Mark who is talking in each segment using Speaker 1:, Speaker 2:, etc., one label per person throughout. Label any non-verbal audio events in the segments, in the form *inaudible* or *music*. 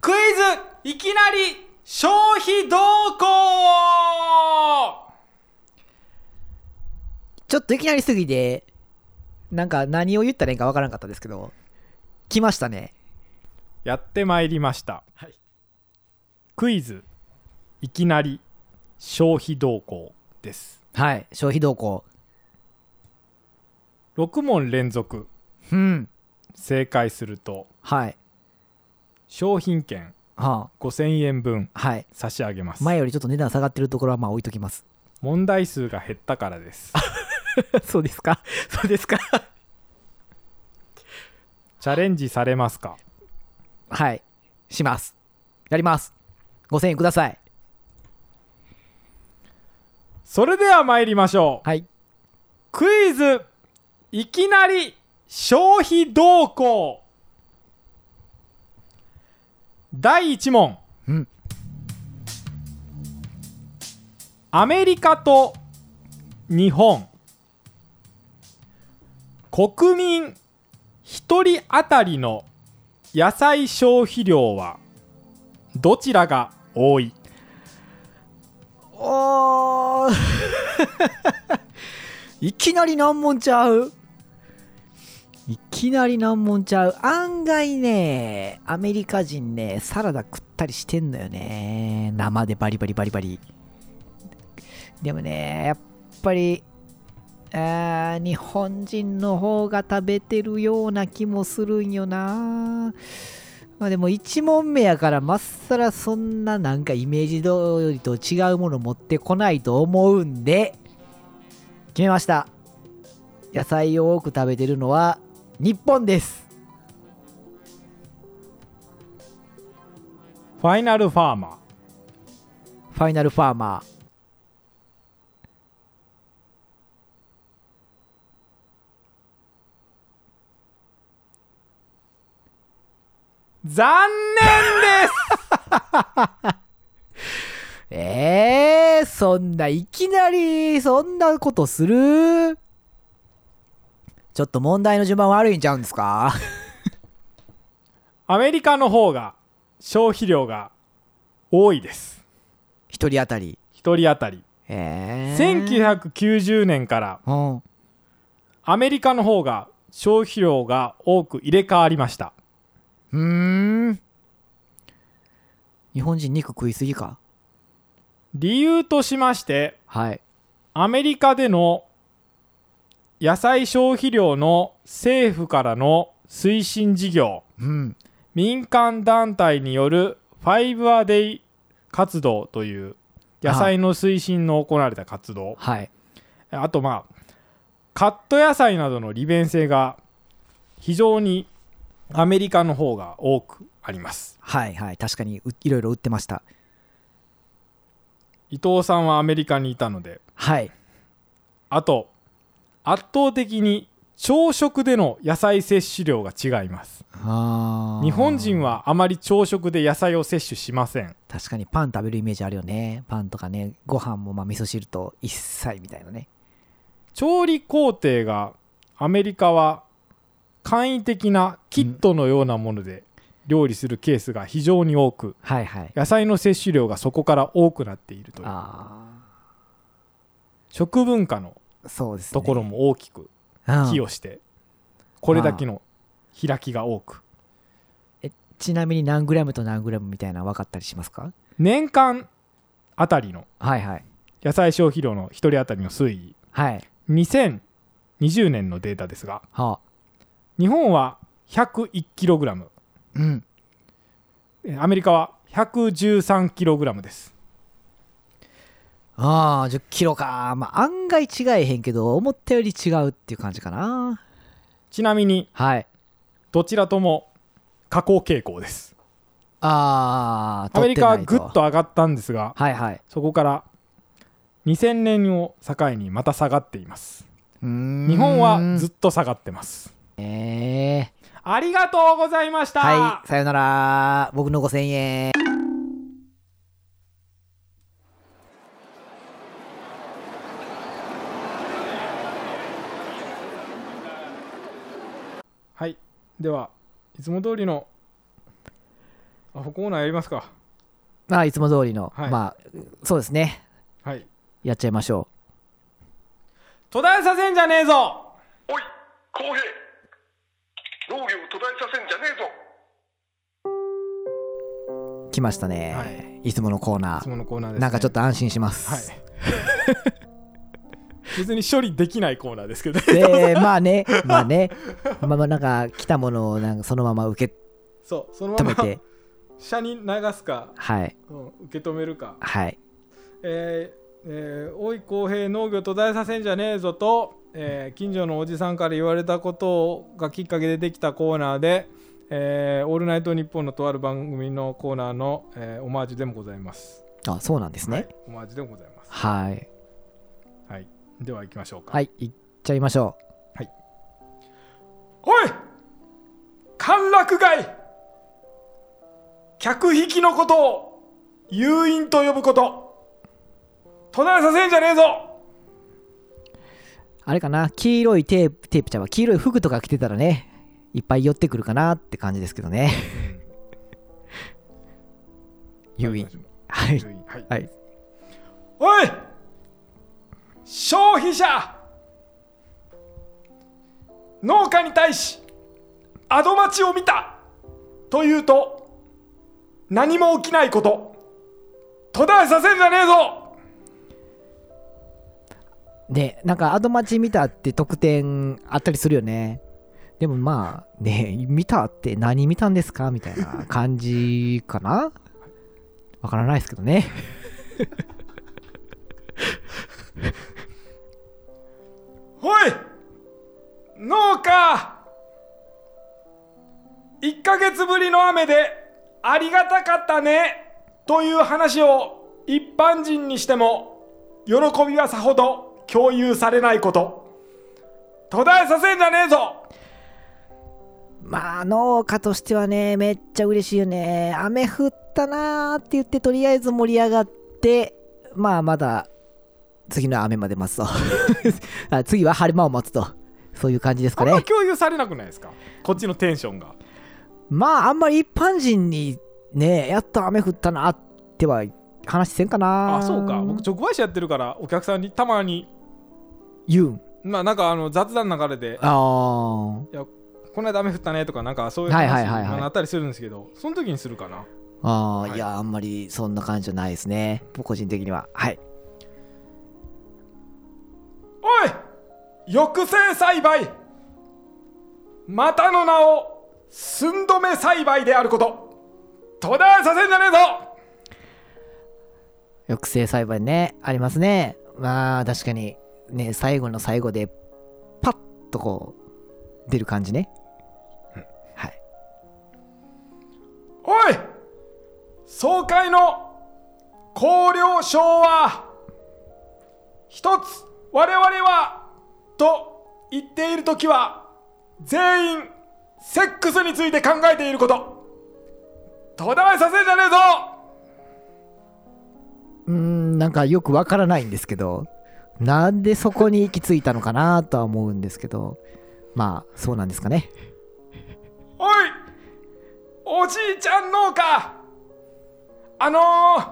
Speaker 1: クイズいきなり消費動向
Speaker 2: ちょっといきなりすぎて、なんか何を言ったらいいんかわからんかったですけど、来ましたね。
Speaker 1: やってまいりました、クイズいきなり消費動向です
Speaker 2: はい。消費動向。
Speaker 1: 6問連続
Speaker 2: うん。
Speaker 1: 正解すると
Speaker 2: はい。
Speaker 1: 商品券
Speaker 2: は
Speaker 1: 5000円分
Speaker 2: あ、はい。
Speaker 1: 差し上げます
Speaker 2: 前よりちょっと値段下がってるところはまあ置いときます。
Speaker 1: 問題数が減ったからです
Speaker 2: *laughs* そうですかそうですか
Speaker 1: チャレンジされますか
Speaker 2: はい。します。やります。5000円ください。
Speaker 1: それでは参りましょう
Speaker 2: はい。
Speaker 1: クイズいきなり消費動向第1問、
Speaker 2: うん
Speaker 1: アメリカと日本国民1人当たりの野菜消費量はどちらが多い
Speaker 2: おー *laughs* いきなり難問ちゃういきなり難問ちゃう案外ねアメリカ人ねサラダ食ったりしてんのよね生でバリバリバリバリでもねやっぱりあー日本人の方が食べてるような気もするんよなまあでも1問目やからまっさらそんななんかイメージ通りと違うもの持ってこないと思うんで決めました野菜を多く食べてるのは日本です
Speaker 1: ファイナルファーマー
Speaker 2: ファイナルファーマー
Speaker 1: 残念です
Speaker 2: えー、そんないきなりそんなことするちょっと問題の順番悪いんちゃうんですか
Speaker 1: アメリカの方が消費量が多いです
Speaker 2: 一人当たり
Speaker 1: 1人当たり
Speaker 2: えー、
Speaker 1: 1990年から
Speaker 2: うん
Speaker 1: アメリカの方が消費量が多く入れ替わりました
Speaker 2: うーん日本人肉食いすぎか
Speaker 1: 理由としまして
Speaker 2: はい
Speaker 1: アメリカでの野菜消費量の政府からの推進事業
Speaker 2: うん
Speaker 1: 民間団体によるファイブアデイ活動という野菜の推進の行われた活動、
Speaker 2: はい
Speaker 1: あとまあカット野菜などの利便性が非常にアメリカの方が多くあります
Speaker 2: はいはい確かにういろいろ売ってました
Speaker 1: 伊藤さんはアメリカにいたので
Speaker 2: はい
Speaker 1: あと圧倒的に朝食での野菜摂取量が違います
Speaker 2: あー
Speaker 1: 日本人はあまり朝食で野菜を摂取しません
Speaker 2: 確かにパン食べるイメージあるよねパンとかねご飯もまあ味噌汁と一切みたいなね
Speaker 1: 調理工程がアメリカは簡易的なキットのようなもので料理するケースが非常に多く
Speaker 2: はいはい
Speaker 1: 野菜の摂取量がそこから多くなっているという
Speaker 2: あ
Speaker 1: 食文化の
Speaker 2: ーそうですね
Speaker 1: ところも大きく
Speaker 2: うん
Speaker 1: 寄与してこれだけの開きが多く
Speaker 2: ちなみに何グラムと何グラムみたいなの分かったりしますか
Speaker 1: 年間あたりの
Speaker 2: はいはい
Speaker 1: 野菜消費量の1人当たりの推移
Speaker 2: はい
Speaker 1: 2020年のデータですが
Speaker 2: はあ
Speaker 1: 日本は 101kg
Speaker 2: うん
Speaker 1: アメリカは 113kg です
Speaker 2: ああ1 0キロかまあ案外違えへんけど思ったより違うっていう感じかな
Speaker 1: ちなみに
Speaker 2: はい
Speaker 1: どちらとも下降傾向です
Speaker 2: ああ
Speaker 1: アメリカはぐっと上がったんですが
Speaker 2: はいはい
Speaker 1: そこから2000年を境にまた下がっています。
Speaker 2: 日
Speaker 1: 日本はずっと下がってます。
Speaker 2: え
Speaker 1: ありがとうございました。
Speaker 2: はいさよなら僕の5000円
Speaker 1: はいではいつも通りのあコーナーやりますか
Speaker 2: まあいつも通りの、
Speaker 1: はい
Speaker 2: まあそうですね
Speaker 1: はい
Speaker 2: やっちゃいましょ
Speaker 1: 途絶えさせんじゃねえぞ
Speaker 3: おい公平農業を途絶えさせんじゃねえぞ
Speaker 2: う来ましたね、、
Speaker 1: はい
Speaker 2: つものコーナ
Speaker 1: いつ
Speaker 2: ー、
Speaker 1: ものコーナーです、ね、
Speaker 2: なんかちょっと安心しま
Speaker 1: はい *laughs*
Speaker 2: す、
Speaker 1: 別に処理できないコーナーですけどね
Speaker 2: で *laughs* まあねまあねまあまあなんか来たものをなんかそのまま受け
Speaker 1: *laughs* そうその
Speaker 2: 止
Speaker 1: ま
Speaker 2: め
Speaker 1: ま
Speaker 2: て
Speaker 1: *laughs* 車に流すか、
Speaker 2: はい
Speaker 1: うん、受け止めるか
Speaker 2: はい
Speaker 1: えーえー、おい公平農業途絶えさせんじゃねえぞと、えー近所のおじさんから言われたことがきっかけでできたコーナーで、えーオールナイトニッポン」のとある番組のコーナーの、えーオマージュでもございます。
Speaker 2: あそうなんです
Speaker 1: は
Speaker 2: ね
Speaker 1: い、オマージュでもございます。
Speaker 2: はい
Speaker 1: はい、では行きましょうか。
Speaker 2: はい行っちゃいましょ
Speaker 1: おい歓楽街客引きのことを誘引と呼ぶこと途絶えさせんじゃねえぞ
Speaker 2: うあれかな黄色いテープテープちゃんは黄色い服とか着てたらねいっぱい寄ってくるかなって感じですけどね誘引はい
Speaker 1: 誘引はい
Speaker 2: はい
Speaker 1: おい消費者農家に対しアドマチを見たというと何も起きないこと途絶えさせんじゃねえぞ
Speaker 2: ねなんかアドマチ見たって特典あったりするよねでもまあね見たって何見たんですかみたいな感じかなわからないですけどね
Speaker 1: おい農家1ヶ月ぶりの雨でありがたかったねという話を一般人にしても喜びはさほど共有されないこと途絶えさせんじゃねえぞ
Speaker 2: まあ農家としてはねめっちゃ嬉しいよね雨降ったなーって言ってとりあえず盛り上がってまあまだ次の雨まで待つと *laughs* あ次は晴れ間を待つとそういう感じですか
Speaker 1: あんま
Speaker 2: ね
Speaker 1: 共有されなくないですかこっちのテンションが
Speaker 2: まああんまり一般人にねやっと雨降ったなっては話せんかな
Speaker 1: あそうか僕直売所やってるからお客さんにたまに
Speaker 2: 言うん
Speaker 1: まあなんかあの雑談流れで
Speaker 2: あ
Speaker 1: いやこの間雨降ったねとかなんかそういう
Speaker 2: はい
Speaker 1: 話
Speaker 2: はいはいはい
Speaker 1: になったりするんですけどその時にするかな
Speaker 2: ーあー、
Speaker 1: はい
Speaker 2: い、やあんまりそんな感じじゃないですね僕個人的にははい
Speaker 1: おい抑制栽培またの名を寸止め栽培であること途絶えさせんじゃねえぞ
Speaker 2: 抑制栽培ねありますねまあ確かにね最後の最後でパッとこう出る感じねはい
Speaker 1: おい総会の綱領証は一つ我々はと言っている時は全員セックスについて考えていること途絶えさせんじゃねえぞ
Speaker 2: うーんなんかよくわからないんですけどなんでそこに行き着いたのかなとは思うんですけどまあそうなんですかね
Speaker 1: おいおじいちゃん農家あのー、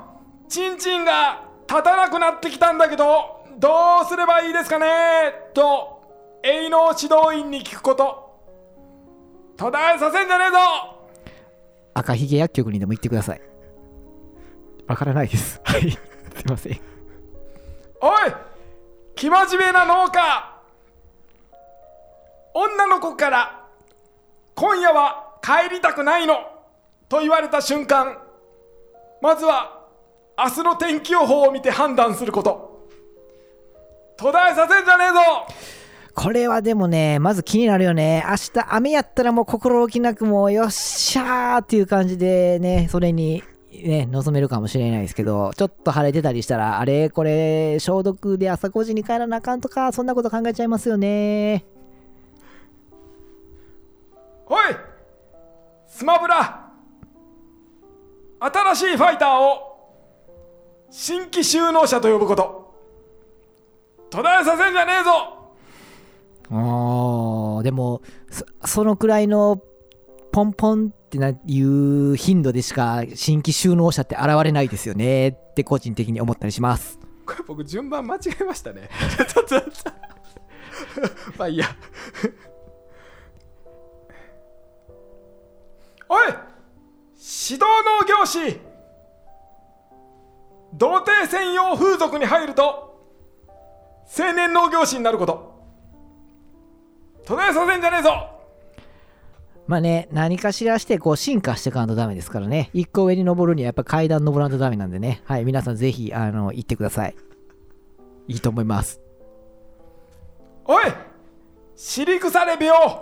Speaker 1: ちんちんが立たなくなってきたんだけどどうすればいいですかねと営農指導員に聞くこと途絶えさせんじゃねえぞ
Speaker 2: 赤ひげ薬局にでも行ってくださいわからないですはいすいません
Speaker 1: おい生真面目な農家女の子から「今夜は帰りたくないの」と言われた瞬間まずは明日の天気予報を見て判断すること途絶えさせんじゃねえぞ
Speaker 2: これはでもね、まず気になるよね。明日雨やったらもう心置きなくもうよっしゃーっていう感じでね、それにね、望めるかもしれないですけど、ちょっと晴れてたりしたら、あれこれ消毒で朝5時に帰らなあかんとか、そんなこと考えちゃいますよね。
Speaker 1: おいスマブラ新しいファイターを新規収納者と呼ぶこと途絶えさせんじゃねえぞ
Speaker 2: あーでもそ、そのくらいのポンポンってないう頻度でしか新規収納者って現れないですよねって個人的に思ったりします
Speaker 1: これ僕順番間違えましたね *laughs* ちょっとちょっとまあいいやおい指導農業士童貞専用風俗に入ると青年農業士になること途絶えさせんじゃねえぞ
Speaker 2: まあね何かしらしてこう進化していかないとダメですからね一個上に登るにはやっぱ階段登らないとダメなんでねはい皆さんぜひあの行ってくださいいいと思います
Speaker 1: おい尻腐れ病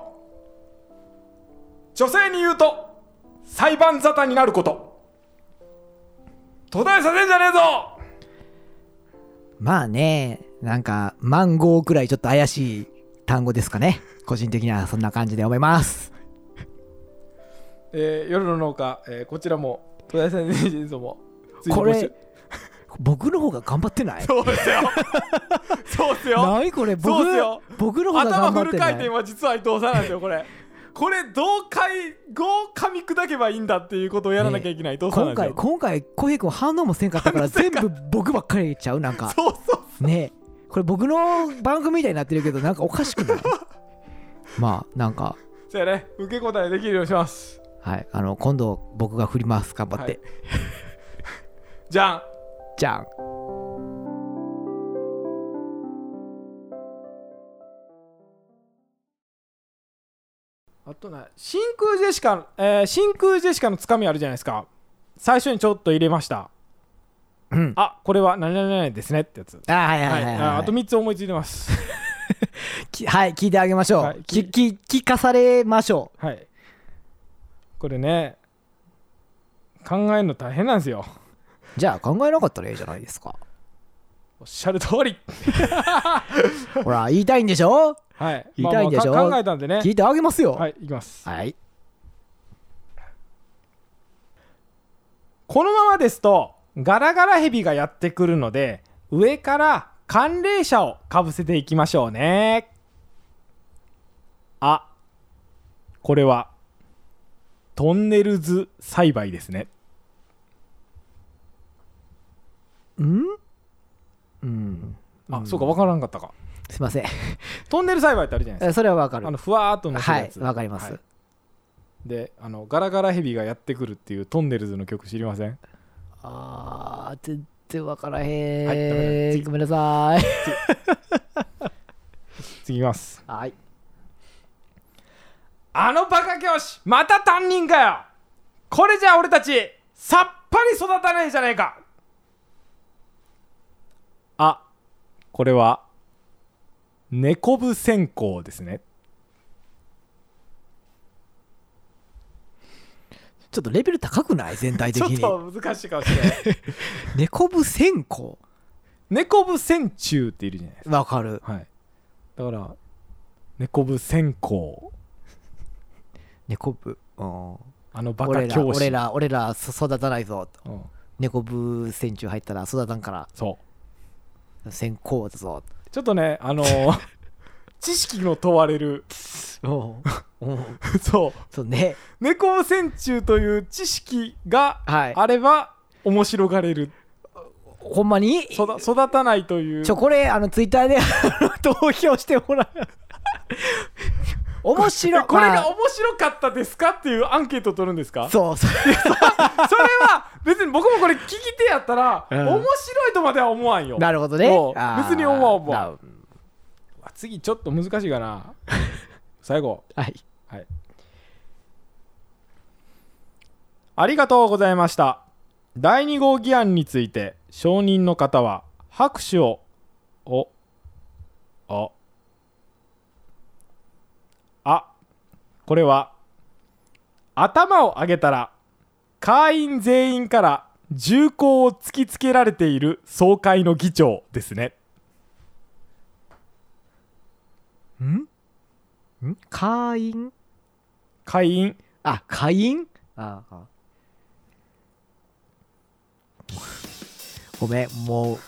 Speaker 1: 女性に言うと裁判沙汰になること途絶えさせんじゃねえぞ
Speaker 2: まあねなんかマンゴーくらいちょっと怪しい単語ですかね個人的にはそんな感じで思います
Speaker 1: えー夜の農家、えーこちらも戸田先生人も
Speaker 2: これ僕の方が頑張ってない
Speaker 1: そうですよ *laughs* そうですよ
Speaker 2: 何これ
Speaker 1: そう
Speaker 2: 僕
Speaker 1: っすよ
Speaker 2: 僕の方が
Speaker 1: 頭
Speaker 2: 頑張
Speaker 1: フ
Speaker 2: って
Speaker 1: ル
Speaker 2: な
Speaker 1: 回転
Speaker 2: い
Speaker 1: は実は伊藤さんなんですよこれこれどう解語を噛み砕けばいいんだっていうことをやらなきゃいけない伊藤さんな
Speaker 2: 今
Speaker 1: んです
Speaker 2: 回
Speaker 1: よ
Speaker 2: 今回浩平君反応もせん
Speaker 1: *laughs*
Speaker 2: かったから全部僕ばっかり言っちゃうなんか
Speaker 1: そうそう
Speaker 2: ねえこれ僕の番組みたいになってるけどなんかおかしく
Speaker 1: *laughs*
Speaker 2: ないまあなんか
Speaker 1: そうやね受け答えできるようにします
Speaker 2: はいあの今度僕が振ります頑張って、
Speaker 1: はいじゃん
Speaker 2: じゃん
Speaker 1: あとね真空ジェシカ、えー真空ジェシカのつかみあるじゃないですか最初にちょっと入れました
Speaker 2: うん
Speaker 1: あこれは何々々ですねってやつ
Speaker 2: あはいは
Speaker 1: はいい、
Speaker 2: はい、はい
Speaker 1: ああと3つ思いついてます *laughs*
Speaker 2: きはい聞いてあげましょう、
Speaker 1: はい
Speaker 2: きき聞かされましょ
Speaker 1: はいこれね考えるの大変なんですよ
Speaker 2: うじゃあ考えなかったらいいじゃないですか
Speaker 1: おっしゃる通り
Speaker 2: ほら言いたいんでしょ
Speaker 1: はい
Speaker 2: 言いたいんでしょ
Speaker 1: まあまあか考えたんでね
Speaker 2: 聞いてあげますよ
Speaker 1: はいいきます
Speaker 2: はい、
Speaker 1: このままですとガラガラヘビがやってくるので上から寒冷車をかぶせていきましょうねあこれはトンネルズ栽培ですね
Speaker 2: うんうん
Speaker 1: あ、そうか分からんかったか
Speaker 2: すいません
Speaker 1: トンネル栽培ってあるじゃないです
Speaker 2: えそれはわか
Speaker 1: か
Speaker 2: る
Speaker 1: あのふわーっとのせる
Speaker 2: は
Speaker 1: や
Speaker 2: い
Speaker 1: つ
Speaker 2: わかります、
Speaker 1: はいであのガラガラヘビがやってくるっていうトンネルズの曲知りません
Speaker 2: あー全然わから
Speaker 1: はいダメ
Speaker 2: へ
Speaker 1: だ
Speaker 2: ん、
Speaker 1: 次
Speaker 2: ごめんなさい
Speaker 1: 次いきます
Speaker 2: はい
Speaker 1: あのバカ教師また担任かよこれじゃ俺たちさっぱり育たないじゃないかあこれは猫部線香ですね
Speaker 2: ちょっとレベル高くない全体的に
Speaker 1: 難しいかもしれない
Speaker 2: 猫部線香
Speaker 1: *laughs* 猫部線虫っているじゃないです
Speaker 2: わかる
Speaker 1: かはいだから猫部線香
Speaker 2: 猫部うん
Speaker 1: あのバカ
Speaker 2: 俺ら
Speaker 1: 教師
Speaker 2: 俺ら俺らそ育たないぞと
Speaker 1: うん、
Speaker 2: 猫部線虫入ったら育たんから
Speaker 1: そう
Speaker 2: 線香だぞ
Speaker 1: ちょっとねあの *laughs* ー知識の問われる *laughs*
Speaker 2: *laughs* おうん
Speaker 1: そう
Speaker 2: そうね
Speaker 1: 猫を線虫という知識が
Speaker 2: はい
Speaker 1: あれば面白がれる、
Speaker 2: ほんまに
Speaker 1: そだ育たないという
Speaker 2: ちょこれあのツイッターであの *laughs* 投票してもらう面白い
Speaker 1: これ
Speaker 2: ま
Speaker 1: が
Speaker 2: あ
Speaker 1: 面白かったですかっていうアンケートを取るんですかそ
Speaker 2: そう *laughs* そう
Speaker 1: れは別に僕もこれ聞き手やったら、
Speaker 2: うん
Speaker 1: 面白いとまでは思わんよ
Speaker 2: なるほどね
Speaker 1: そう
Speaker 2: あー
Speaker 1: 別に思わん思わん
Speaker 2: な
Speaker 1: あ次ちょっと難しいかな最後
Speaker 2: はい
Speaker 1: はいありがとうございました第2号議案について承認の方は拍手をおああこれは頭を上げたら会員全員から銃口を突きつけられている総会の議長ですね
Speaker 2: ん会員
Speaker 1: 会員
Speaker 2: あ会員ああごめんもう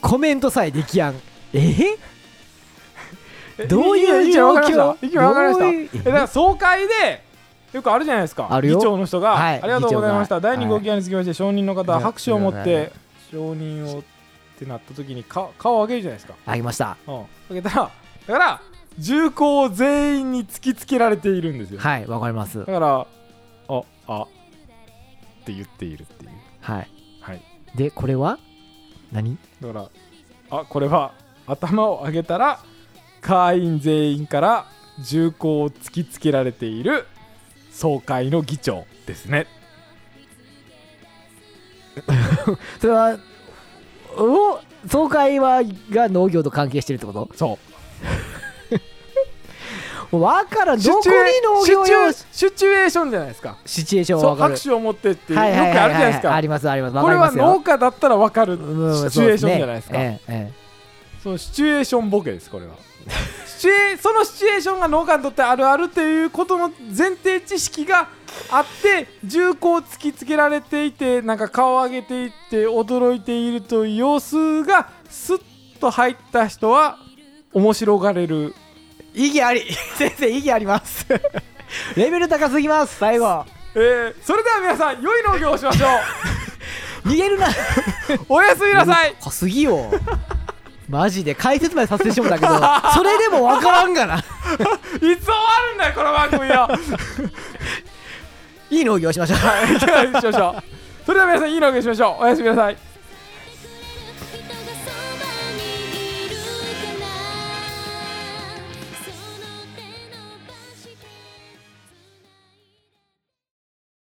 Speaker 2: コメントさえできやんえどういう状況
Speaker 1: 意味わかりました
Speaker 2: どう
Speaker 1: 意
Speaker 2: い
Speaker 1: 味わかりま
Speaker 2: う
Speaker 1: したえだから総会でよくあるじゃないですか
Speaker 2: ある
Speaker 1: 議
Speaker 2: よ
Speaker 1: 長の人が、
Speaker 2: はい
Speaker 1: ありがとうございました
Speaker 2: 議長が
Speaker 1: 第2号機関につきまして承認の方
Speaker 2: は
Speaker 1: はい拍手を持っ
Speaker 2: ありがとう
Speaker 1: て承認をってなった時にか顔を上げるじゃないですか、
Speaker 2: あげました
Speaker 1: うん、上げたらだから銃口を全員に突きつけられているんですよ、
Speaker 2: はいわかります
Speaker 1: だからああって言っているっていう
Speaker 2: はい
Speaker 1: はい
Speaker 2: でこれは何
Speaker 1: だからあこれは頭を上げたら会員全員から銃口を突きつけられている総会の議長ですね
Speaker 2: それはお総会はが農業と関係してるってこと
Speaker 1: そう
Speaker 2: わからん
Speaker 1: シ
Speaker 2: どこ
Speaker 1: チ
Speaker 2: に
Speaker 1: ュエ
Speaker 2: 農業用
Speaker 1: シチュエシチュエーションじゃないですか
Speaker 2: シチュエーション
Speaker 1: そう
Speaker 2: わかる
Speaker 1: 拍手を持ってっていう
Speaker 2: はいはい
Speaker 1: よくあるじゃないです
Speaker 2: はははあ
Speaker 1: か
Speaker 2: りますありますわ
Speaker 1: こ
Speaker 2: か
Speaker 1: れ
Speaker 2: りま
Speaker 1: は
Speaker 2: すよ
Speaker 1: 農家だったら分かるシ
Speaker 2: うん
Speaker 1: チュエーションじゃないですか、
Speaker 2: そうねえええ
Speaker 1: そのシチュエーションボケですこれはシチュエそのシチュエーションが農家にとってあるあるっていうことの前提知識があって銃口を突きつけられていてなんか顔を上げていって驚いているという様子がスッと入った人は面白がれる
Speaker 2: え意義あり *laughs* 先生意義ありますレベル高すぎます最後
Speaker 1: えーそれでは皆さん良い農業をしまし *laughs* ょ
Speaker 2: 逃げるな
Speaker 1: うおやすみなさい
Speaker 2: 高すぎよマジで解説までさせてしまったけどそれでもわからんがない
Speaker 1: つ終わるんだよこの番組は
Speaker 2: いい農業しましょう
Speaker 1: *laughs* はいいかがでしょうそれでは皆さんいい農業をしましょうおやすみなさい